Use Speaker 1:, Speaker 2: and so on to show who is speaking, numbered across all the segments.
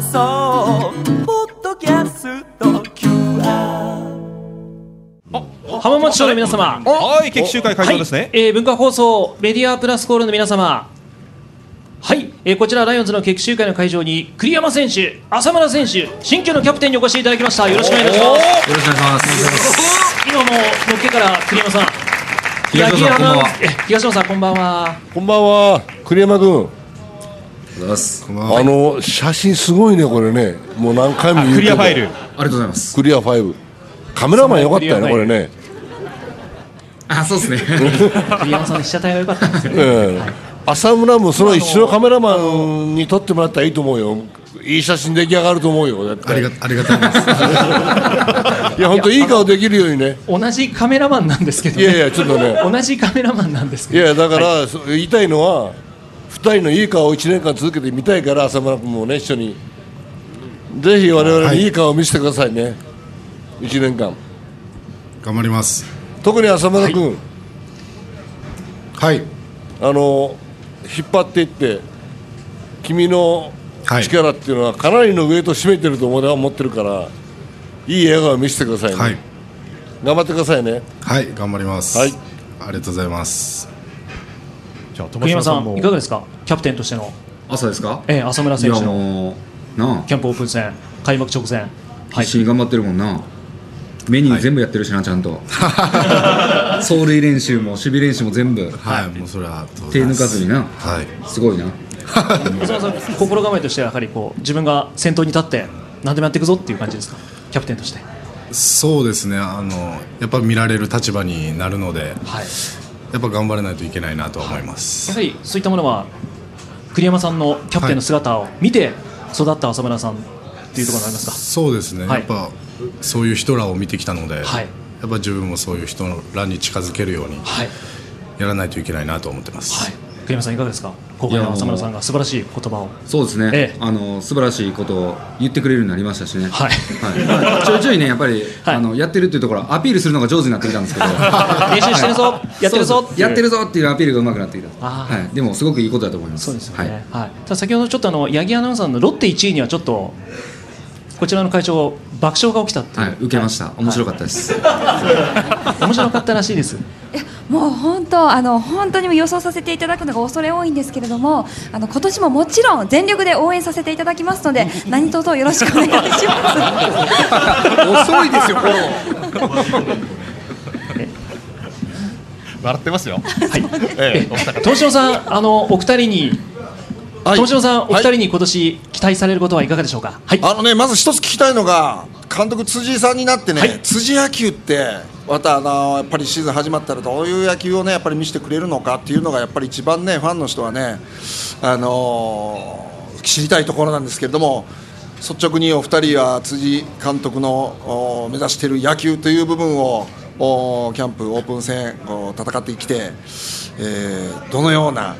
Speaker 1: 送ポッドキャスト QR
Speaker 2: 浜松町の皆様
Speaker 3: はい、決起集会会場です
Speaker 2: はい
Speaker 3: ね。
Speaker 2: えー文化放送メディアプラスコールの皆様はい、えーこちらライオンズの決起集会の会場に栗山選手浅村選手新居のキャプテンにお越しいただきましたよろしくお願いいたします
Speaker 4: よろしくお願いします。
Speaker 2: 今もうのっけから栗山さん
Speaker 4: 東野さん
Speaker 2: 八木アナウン
Speaker 4: こんばんは
Speaker 2: え東野さんこんばんは
Speaker 5: こんばんは、栗山君。
Speaker 4: ありがとうございます。
Speaker 5: あの写真すごいね、これね、もう何回も
Speaker 3: あ
Speaker 5: 言うけど。
Speaker 3: クリアファイル。。
Speaker 4: ありがとうございます。
Speaker 5: クリアファイブ。カメラマン良かったよね、これね。
Speaker 4: あ、そうですね。
Speaker 2: 栗山さんの被写体が良かったんですよね
Speaker 5: ええ浅村もその一緒のカメラマンに撮ってもらったらいいと思うよ。いい写真出来上がると思うよ。絶
Speaker 4: あ
Speaker 5: 対
Speaker 4: りが、ありがとうございます。
Speaker 5: いや、本当いい顔できるようにね。
Speaker 2: 同じカメラマンなんですけど、
Speaker 5: い
Speaker 2: ね、
Speaker 5: やいや、ちょっとね。
Speaker 2: 同じカメラマンなんです
Speaker 5: い
Speaker 2: けど
Speaker 5: や、だから、そう言いたいのは。二人のいい顔を一年間続けてみたいから、浅村君もね、一緒に。ぜひ我々にいい顔を見せてくださいね。一年間。
Speaker 6: 頑張ります
Speaker 5: 特に浅村君。
Speaker 6: はい
Speaker 5: あの引っ張っていって君の
Speaker 6: はい
Speaker 5: 力っていうのはかなりのウエイトを占めてると俺は思ってるからいい笑顔を見せてくださいね、
Speaker 6: はい
Speaker 5: 頑張ってください ね
Speaker 6: はい頑張ります
Speaker 5: はい
Speaker 6: ありがとうございます
Speaker 3: じゃあ、友
Speaker 2: 栗
Speaker 3: 島
Speaker 2: 山
Speaker 3: さ
Speaker 2: さ
Speaker 3: ん
Speaker 2: ん
Speaker 3: も
Speaker 2: いかがですかキャプテンとしての、
Speaker 4: 朝ですか。
Speaker 2: えー浅村
Speaker 4: い
Speaker 2: 選
Speaker 4: や、
Speaker 2: 手の
Speaker 4: もう、な
Speaker 2: キャンプオープン戦開幕直前
Speaker 4: あ、必死に頑張ってるもんな。メニュー全部やってるしな、ちゃん と。走塁練習も守備練習も全部。
Speaker 6: はいもうそれはありがとうござ
Speaker 4: 手
Speaker 6: いま
Speaker 4: 抜
Speaker 6: す
Speaker 4: かずにな。
Speaker 6: はい
Speaker 4: すごいな。
Speaker 2: 浅村さん心構えとしてはやはりこう自分が先頭に立って何でもやっていくぞっていう感じですかキャプテンとして
Speaker 6: そうですねあのやっぱ見られる立場になるので
Speaker 2: はい
Speaker 6: やっぱ頑張らないといけないなとは思いま
Speaker 2: や
Speaker 6: す
Speaker 2: はりそういったものは栗山さんのキャプテンの姿を見て育った浅村さんっていうところになります
Speaker 6: そうですね
Speaker 2: はい
Speaker 6: やっぱそういう人らを見てきたのでやっ
Speaker 2: はい
Speaker 6: ぱ自分もそういう人らに近づけるように
Speaker 2: かはい、はい、
Speaker 6: やらないといけないなと思ってます
Speaker 2: 栗山さんいかがですか後輩の浅村さんが素晴らしい言葉を
Speaker 4: そうです
Speaker 2: え
Speaker 4: ね
Speaker 2: え。
Speaker 4: あの、素晴らしいことを言ってくれるようになりましたしね。
Speaker 2: はい
Speaker 4: はい。ちょいちょいね、やっぱり、
Speaker 2: はい
Speaker 4: あの、やってるっていうところ、アピールするのが上手になってきたんですけど。
Speaker 2: 練習してるぞ、 やってるぞ
Speaker 4: そうそうやってるぞっていうアピールがうまくなってきた、
Speaker 2: あー
Speaker 4: はい、でもすごくいいことだと思います
Speaker 2: そうですよ
Speaker 4: はい
Speaker 2: ね、はいただ先ほどちょっとあの八木アナウンサーのロッテ1位にはちょっとこちらの会長爆笑が起きたっていう、
Speaker 4: はい受けました、面白かったです、
Speaker 2: 面白かったらしいです
Speaker 7: いやもう本当あの本当に予想させていただくのが恐れ多いんですけれどもあの今年ももちろん全力で応援させていただきますので何卒よろしくお願いします
Speaker 4: 遅いですよフォロ
Speaker 3: 笑ってますよ。
Speaker 2: はい、
Speaker 3: ええお二方
Speaker 2: 東野さん、あのお二人に、
Speaker 8: はい
Speaker 2: 東野さん、お二人
Speaker 8: はい
Speaker 2: に今年期待されることはいかがでしょうか。はい、
Speaker 8: あのねまず一つ聞きたいのが監督辻井さんになってね、
Speaker 2: はい
Speaker 8: 辻野球ってまたあのやっぱりシーズン始まったらどういう野球をねやっぱり見せてくれるのかっていうのがやっぱり一番ねファンの人はねあのー知りたいところなんですけれども率直にお二人は辻監督のお目指している野球という部分をおキャンプオープン戦こう戦ってきて、えーどのような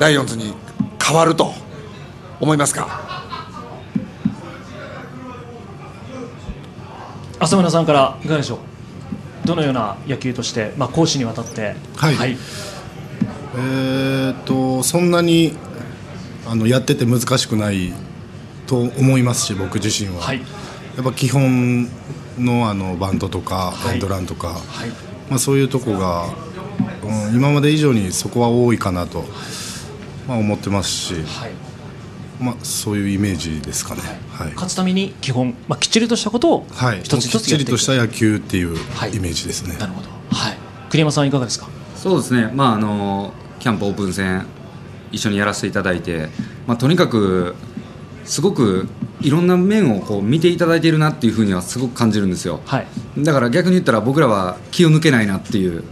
Speaker 8: ライオンズに変わると思いますか
Speaker 2: 浅村さんからいかがでしょう。どのような野球として、まあ、講師にわたって、
Speaker 6: はいえーっとそんなにあのやってて難しくないと思いますし僕自身は、
Speaker 2: はい
Speaker 6: やっぱ基本のあのバントとか
Speaker 2: い
Speaker 6: エンドランとか、
Speaker 2: はい
Speaker 6: まあ、そういうとこが、うん、今まで以上にそこは多いかなと、まあ、思ってますし、
Speaker 2: はい
Speaker 6: まあ、そういうイメージですかね。はい
Speaker 2: 勝つために基本、まあ、きっちりとしたことを
Speaker 6: はい、
Speaker 2: 一つ
Speaker 6: もうき
Speaker 2: 一つや
Speaker 6: っち
Speaker 2: って
Speaker 6: り
Speaker 2: いく、
Speaker 6: とした野球っていう
Speaker 2: はい
Speaker 6: イメージですね。
Speaker 2: なるほど、はい、栗山さんいかがですか。
Speaker 4: そうですねまああのキャンプオープン戦一緒にやらせていただいて、まあ、とにかくすごくいろんな面をこう見ていただいているなっていうふうにはすごく感じるんですよ、
Speaker 2: はい、
Speaker 4: だから逆に言ったら僕らは気を抜けないなっていうっ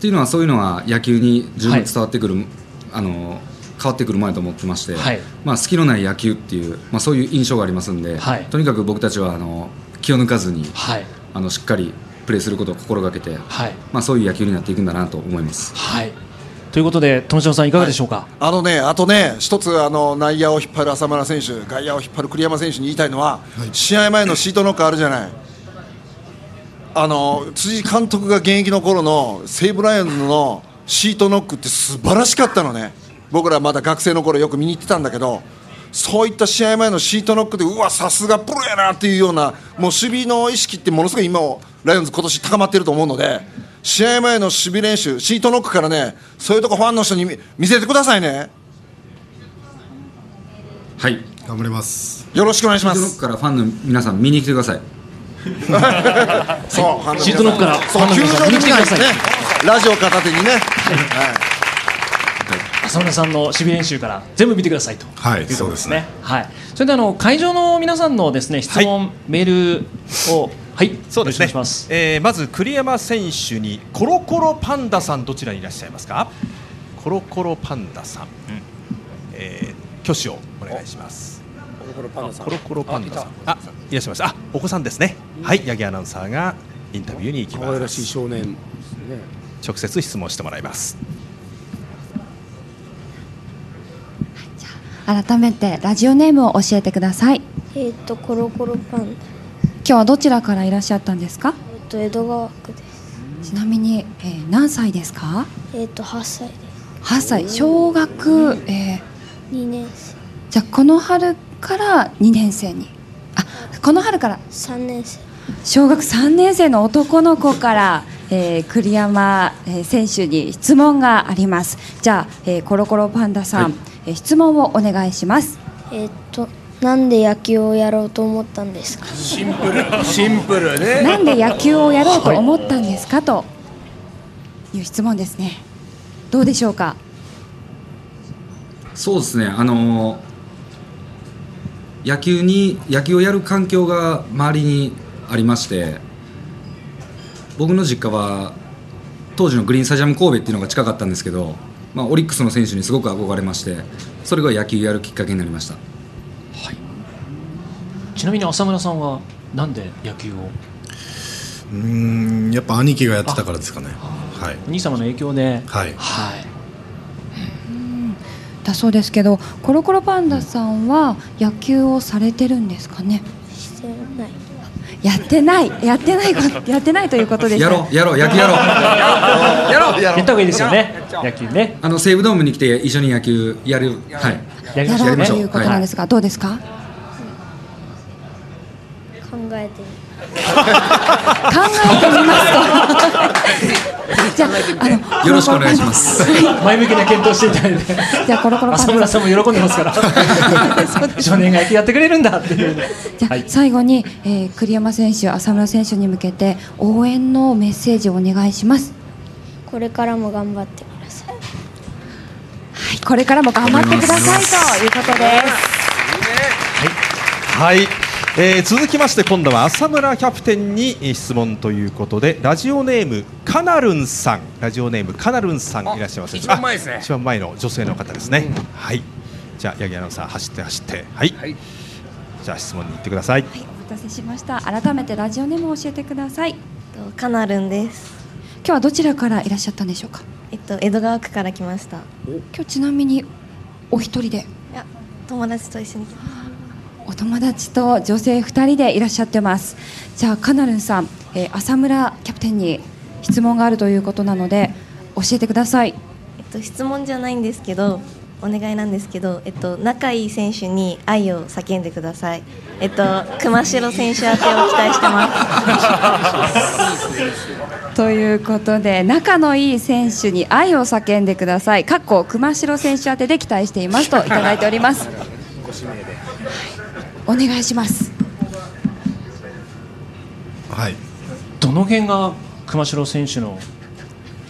Speaker 4: ていうのはそういうのは野球に十分伝わってくる、あの変わってくる前と思ってまして、
Speaker 2: はい
Speaker 4: まあ、隙のない野球っていう、まあ、そういう印象がありますんで、
Speaker 2: はい
Speaker 4: とにかく僕たちはあの気を抜かずに
Speaker 2: はい、
Speaker 4: あのしっかりプレーすることを心がけて、
Speaker 2: はい、
Speaker 4: まあ、そういう野球になっていくんだなと思います。
Speaker 2: はい、ということで、友島さんいかがでしょうか。
Speaker 8: あのね、あとね、一つあの内野を引っ張る浅村選手、外野を引っ張る栗山選手に言いたいのは、試合前のシートノックあるじゃない。あの辻監督が現役の頃の西武ライオンズのシートノックって素晴らしかったのね。僕らまだ学生の頃よく見に行ってたんだけど、そういった試合前のシートノックでうわ、さすがプロやなっていうようなもう守備の意識ってものすごい今もライオンズ今年高まってると思うので試合前の守備練習シートノックからねそういうとこファンの人に見見せてくださいね
Speaker 4: はい
Speaker 6: 頑張ります
Speaker 8: よろしくお願いし
Speaker 4: シー
Speaker 8: ま
Speaker 4: トノック
Speaker 8: す。
Speaker 4: からファンの皆さん見に来てください
Speaker 8: そうファンの皆さん
Speaker 2: シートノックから
Speaker 8: そ
Speaker 2: ファ
Speaker 8: う
Speaker 2: ンの
Speaker 8: 球
Speaker 2: 皆さん
Speaker 8: 場に来ないですね
Speaker 2: 見に来。
Speaker 8: ラジオ片手にね。はい
Speaker 2: 浅村さんの守備練習から全部見てくださいと
Speaker 6: はい
Speaker 2: いうところですね。
Speaker 6: そう
Speaker 2: はい。それであの会場の皆さんのですね質問、メールをはい
Speaker 3: そう
Speaker 2: よろ
Speaker 3: ですね
Speaker 2: しくお願いします。
Speaker 3: えーまず栗山選手にコロコロパンダさんどちらにいらっしゃいますかコロコロパンダさん、えー挙手をお願いしますコロコロパンダさんあいらっしゃいましたあお子さんですねはい八木アナウンサーがインタビューに行きます
Speaker 9: 少年ね
Speaker 3: 直接質問してもらいます
Speaker 7: 改めてラジオネームを教えてください
Speaker 10: えっ、とコロコロパンダ、
Speaker 7: 今日はどちらからいらっしゃったんですか
Speaker 10: えっと江戸川区です。
Speaker 7: ちなみに、えー何歳ですか
Speaker 10: えっ、と8歳です。
Speaker 7: 8歳小学、えー
Speaker 10: 2年生、
Speaker 7: じゃあこの春から2年生にあこの春から
Speaker 10: 3年生、
Speaker 7: 小学3年生の男の子から、えー栗山えー選手に質問がありますじゃあ、えーコロコロパンダさん、えー質問をお願いします
Speaker 10: えっ、となんで野球をやろうと思ったんですか。
Speaker 9: シンプルね
Speaker 7: なんで野球をやろうと思ったんですかという質問ですねどうでしょうか
Speaker 4: そうですねあのー野球に野球をやる環境が周りにありまして僕の実家は当時のグリーンスタジアム神戸っていうのが近かったんですけど、まあ、オリックスの選手にすごく憧れましてそれが野球やるきっかけになりました
Speaker 2: ちなみに浅村さんはなんで野球を
Speaker 6: うーんやっぱ兄貴がやってたからですかねはい
Speaker 2: お兄様の影響で
Speaker 6: は
Speaker 2: は
Speaker 6: い
Speaker 2: い。
Speaker 7: だそうですけどコロコロパンダさんは野球をされてるんですかね
Speaker 10: してない。
Speaker 7: やってないやってないことやってないということです
Speaker 4: やろうやろう野球やろうやろう
Speaker 2: やった方がいいですよね。野球ね。
Speaker 4: あの西武ドームに来て一緒に野球やるはい
Speaker 2: や
Speaker 7: や
Speaker 4: や
Speaker 7: ろ
Speaker 4: り
Speaker 7: うと
Speaker 4: ましょう
Speaker 7: いうことなんですが、どうですか
Speaker 10: 考えて
Speaker 7: 考えてみますとじゃああの
Speaker 4: よろしくお願いします
Speaker 2: はい前向きな検討していただい て。
Speaker 7: じゃあコロコロパン
Speaker 2: 浅
Speaker 7: ダ
Speaker 2: 村
Speaker 7: さ
Speaker 2: さ
Speaker 7: ん
Speaker 2: んも喜んで ますから少年が野球やってくれるんだっていう
Speaker 7: じゃあ、
Speaker 2: はい
Speaker 7: 最後に、えー栗山選手浅村選手に向けて応援のメッセージをお願いします
Speaker 10: これからも頑張ってください。
Speaker 7: はいこれからも頑張ってくださいということです
Speaker 3: はい、えー続きまして今度は浅村キャプテンにえー質問ということでラジオネームカナルンさんラジオネームカナルンさんいらっしゃいます
Speaker 9: 一番前ですね
Speaker 3: あ一番前の女性の方ですね、はいじゃあ八木アナウンサー走って走ってはい、
Speaker 9: はい
Speaker 3: じゃあ質問に行ってください
Speaker 7: はいお待たせしました改めてラジオネームを教えてください
Speaker 10: カナルンです。
Speaker 7: 今日はどちらからいらっしゃったんでしょうか
Speaker 10: えっと江戸川区から来ました。い
Speaker 7: 今日ちなみにお一人で
Speaker 10: や友達と一緒に来まし
Speaker 7: お友達と女性2人でいらっしゃってますじゃあカナルンさん、えー浅村キャプテンに質問があるということなので教えてください
Speaker 10: えっと質問じゃないんですけど。お願いなんですけど、えっと、仲いい選手に愛を叫んでください。えっと、熊代選手宛てを期待してます。
Speaker 7: ということで仲のいい選手に愛を叫んでくださいかっこ熊代選手宛てで期待していますといただいておりますはいお願いします
Speaker 6: はい
Speaker 2: どの辺が熊代選手の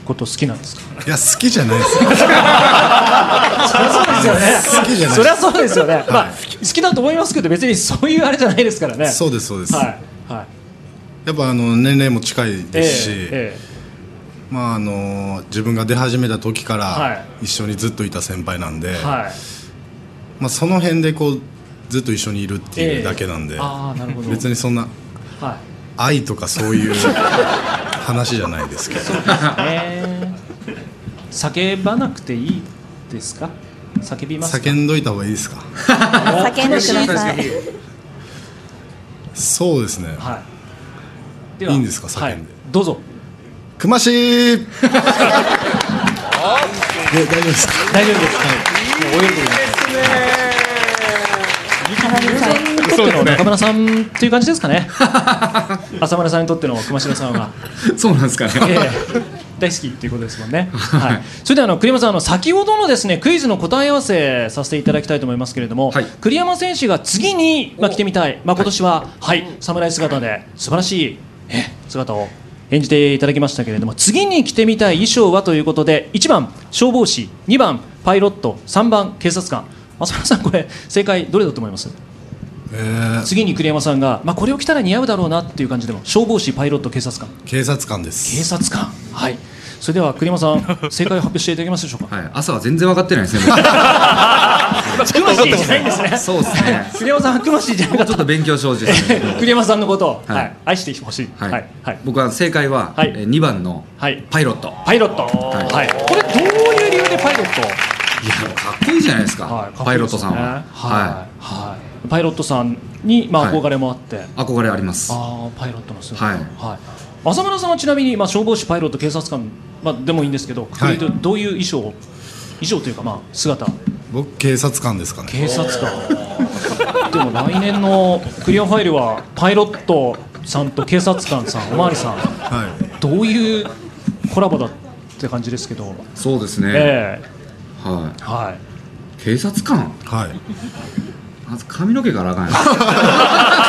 Speaker 2: こと好きなんですか
Speaker 6: いや好きじゃないです
Speaker 2: そうですよね
Speaker 6: 好きじゃない
Speaker 2: そりゃそうですよね、まあ、好きだと思いますけど別にそういうあれじゃないですからね
Speaker 6: そうですそうです、
Speaker 2: はいはい
Speaker 6: やっぱあの年齢も近いですし、
Speaker 2: え
Speaker 6: まああの自分が出始めた時か
Speaker 2: は
Speaker 6: ら一緒にずっといた先輩なんで、
Speaker 2: えはい
Speaker 6: まあ、その辺でこうずっと一緒にいるって
Speaker 2: ええ
Speaker 6: いうだけなんで、
Speaker 2: ああなるほど
Speaker 6: 別にそんな
Speaker 2: は
Speaker 6: 愛とかそ ういう話じゃないですけど
Speaker 2: い、えー、叫ばなくていいですか叫びますか
Speaker 6: 叫んどいた方がいいですか
Speaker 10: 叫んでください。
Speaker 6: そうですね
Speaker 2: はい
Speaker 6: いいんですか叫んで
Speaker 2: どうぞ
Speaker 6: 熊しで大丈夫ですか
Speaker 2: 大丈夫です、はい、もうお喜びです
Speaker 9: え
Speaker 2: にとっての中村さんっていう感じですかね浅村さんにとっての熊代さんは
Speaker 4: そうなんですかね。
Speaker 2: ええ大好きっていうことですもんね。はい。それではあの栗山さんあの先ほどのですねクイズの答え合わせさせていただきたいと思いますけれども、栗山選手が次にまあ着てみたいまあ今年ははい、侍姿で素晴らしいえ姿を演じていただきましたけれども次に着てみたい衣装はということで1番消防士2番パイロット3番警察官浅村さんこれ正解どれだと思います次に栗山さんが、まあ、これを着たら似合うだろうなっていう感じでも消防士パイロット警察官
Speaker 6: 警察官です
Speaker 2: 警察官はいそれでは栗山さん正解を発表していただけますでしょうか、
Speaker 4: はい、朝は全然分かってないですね。僕
Speaker 2: クマシーじゃないんですね
Speaker 4: そうですね。
Speaker 2: 栗山さんはクマシーじゃなかっ
Speaker 4: ちょっと勉強精進ですね。
Speaker 2: た栗山さんのことを、はい
Speaker 4: い
Speaker 2: 愛してほしい、はい
Speaker 4: 僕は正解は、えー二番のパイロット。
Speaker 2: パイロット、はいこれどういう理由でパイロット
Speaker 4: いやかっこいいじゃないですか。パイロットさんは。
Speaker 2: はい、はい、パイロットさんに、まあ、
Speaker 4: はい
Speaker 2: 憧れもあって、
Speaker 4: 憧れあります。
Speaker 2: ああパイロットの姿、
Speaker 4: はい
Speaker 2: はい、浅村さんはちなみに、まあ、消防士パイロット警察官、まあ、でもいいんですけど、
Speaker 6: はい
Speaker 2: どうどういう衣装を衣装というか、まあ、姿
Speaker 6: 僕警察官ですかね
Speaker 2: 警察官でも来年のクリアファイルはパイロットさんと警察官さんおまわりさん
Speaker 6: はい
Speaker 2: どういうコラボだって感じですけど、
Speaker 4: そうですね。
Speaker 2: え
Speaker 4: は
Speaker 2: えはい
Speaker 4: い。警察官。
Speaker 6: はい
Speaker 4: まず髪の毛が荒かんや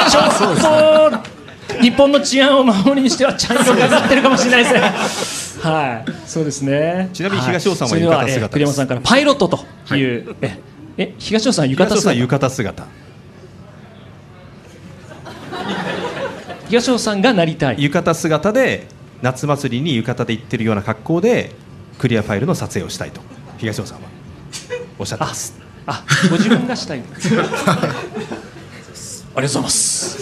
Speaker 2: ちょっと日本の治安を守りにしては茶色がかってるかもしれないですね。はい、そうですね。
Speaker 3: ちなみに東尾さんは
Speaker 2: それ
Speaker 3: 浴衣姿です
Speaker 2: えー栗山さんからパイロットという、ええ東尾さんは浴
Speaker 3: 浴
Speaker 2: 衣
Speaker 3: 衣
Speaker 2: 姿。
Speaker 3: 浴衣姿
Speaker 2: 東尾さんがなりたい。
Speaker 3: 浴衣姿で夏祭りに浴衣で行ってるような格好でクリアファイルの撮影をしたいと東尾さんはおっしゃってます
Speaker 2: あ、ご自分が したい。ありがとうございます。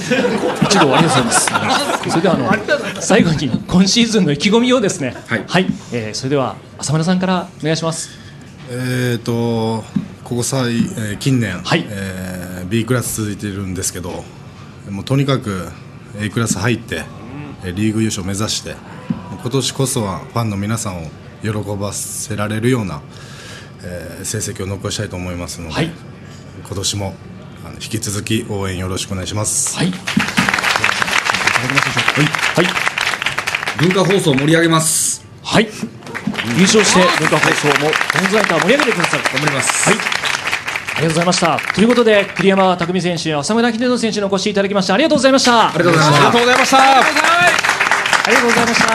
Speaker 2: 一度ありがとうございます。それではあの最後に今シーズンの意気込みをですね。はい。えーそれでは浅村さんからお願いします。
Speaker 6: えー、とここ最、えー近年、
Speaker 2: はい
Speaker 6: えー B クラス続いてるんですけどもうとにかく A クラス入って、えーリーグ優勝目指して今年こそはファンの皆さんを喜ばせられるような、えー成績を残したいと思いますので、
Speaker 2: はい
Speaker 6: 今年もあの引き続き応援よろしくお願いします。
Speaker 2: はいはい。
Speaker 4: 文化放送盛り上げます。
Speaker 2: はい。優勝して文化放送も存在感を盛り上げてください。
Speaker 4: 頑張ります。
Speaker 2: はい。ありがとうございました。ということで、栗山巧選手、浅村秀人選手にお越しいただきました。ありがとうございました。あ
Speaker 4: ありがとうございました。
Speaker 3: とうございました
Speaker 2: りがとうございました。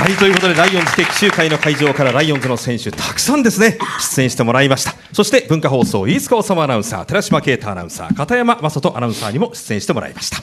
Speaker 3: はいということでライオンズ決起集会の会場からライオンズの選手たくさんですね出演してもらいましたそして文化放送飯塚治アナウンサー寺島啓太アナウンサー片山正人アナウンサーにも出演してもらいました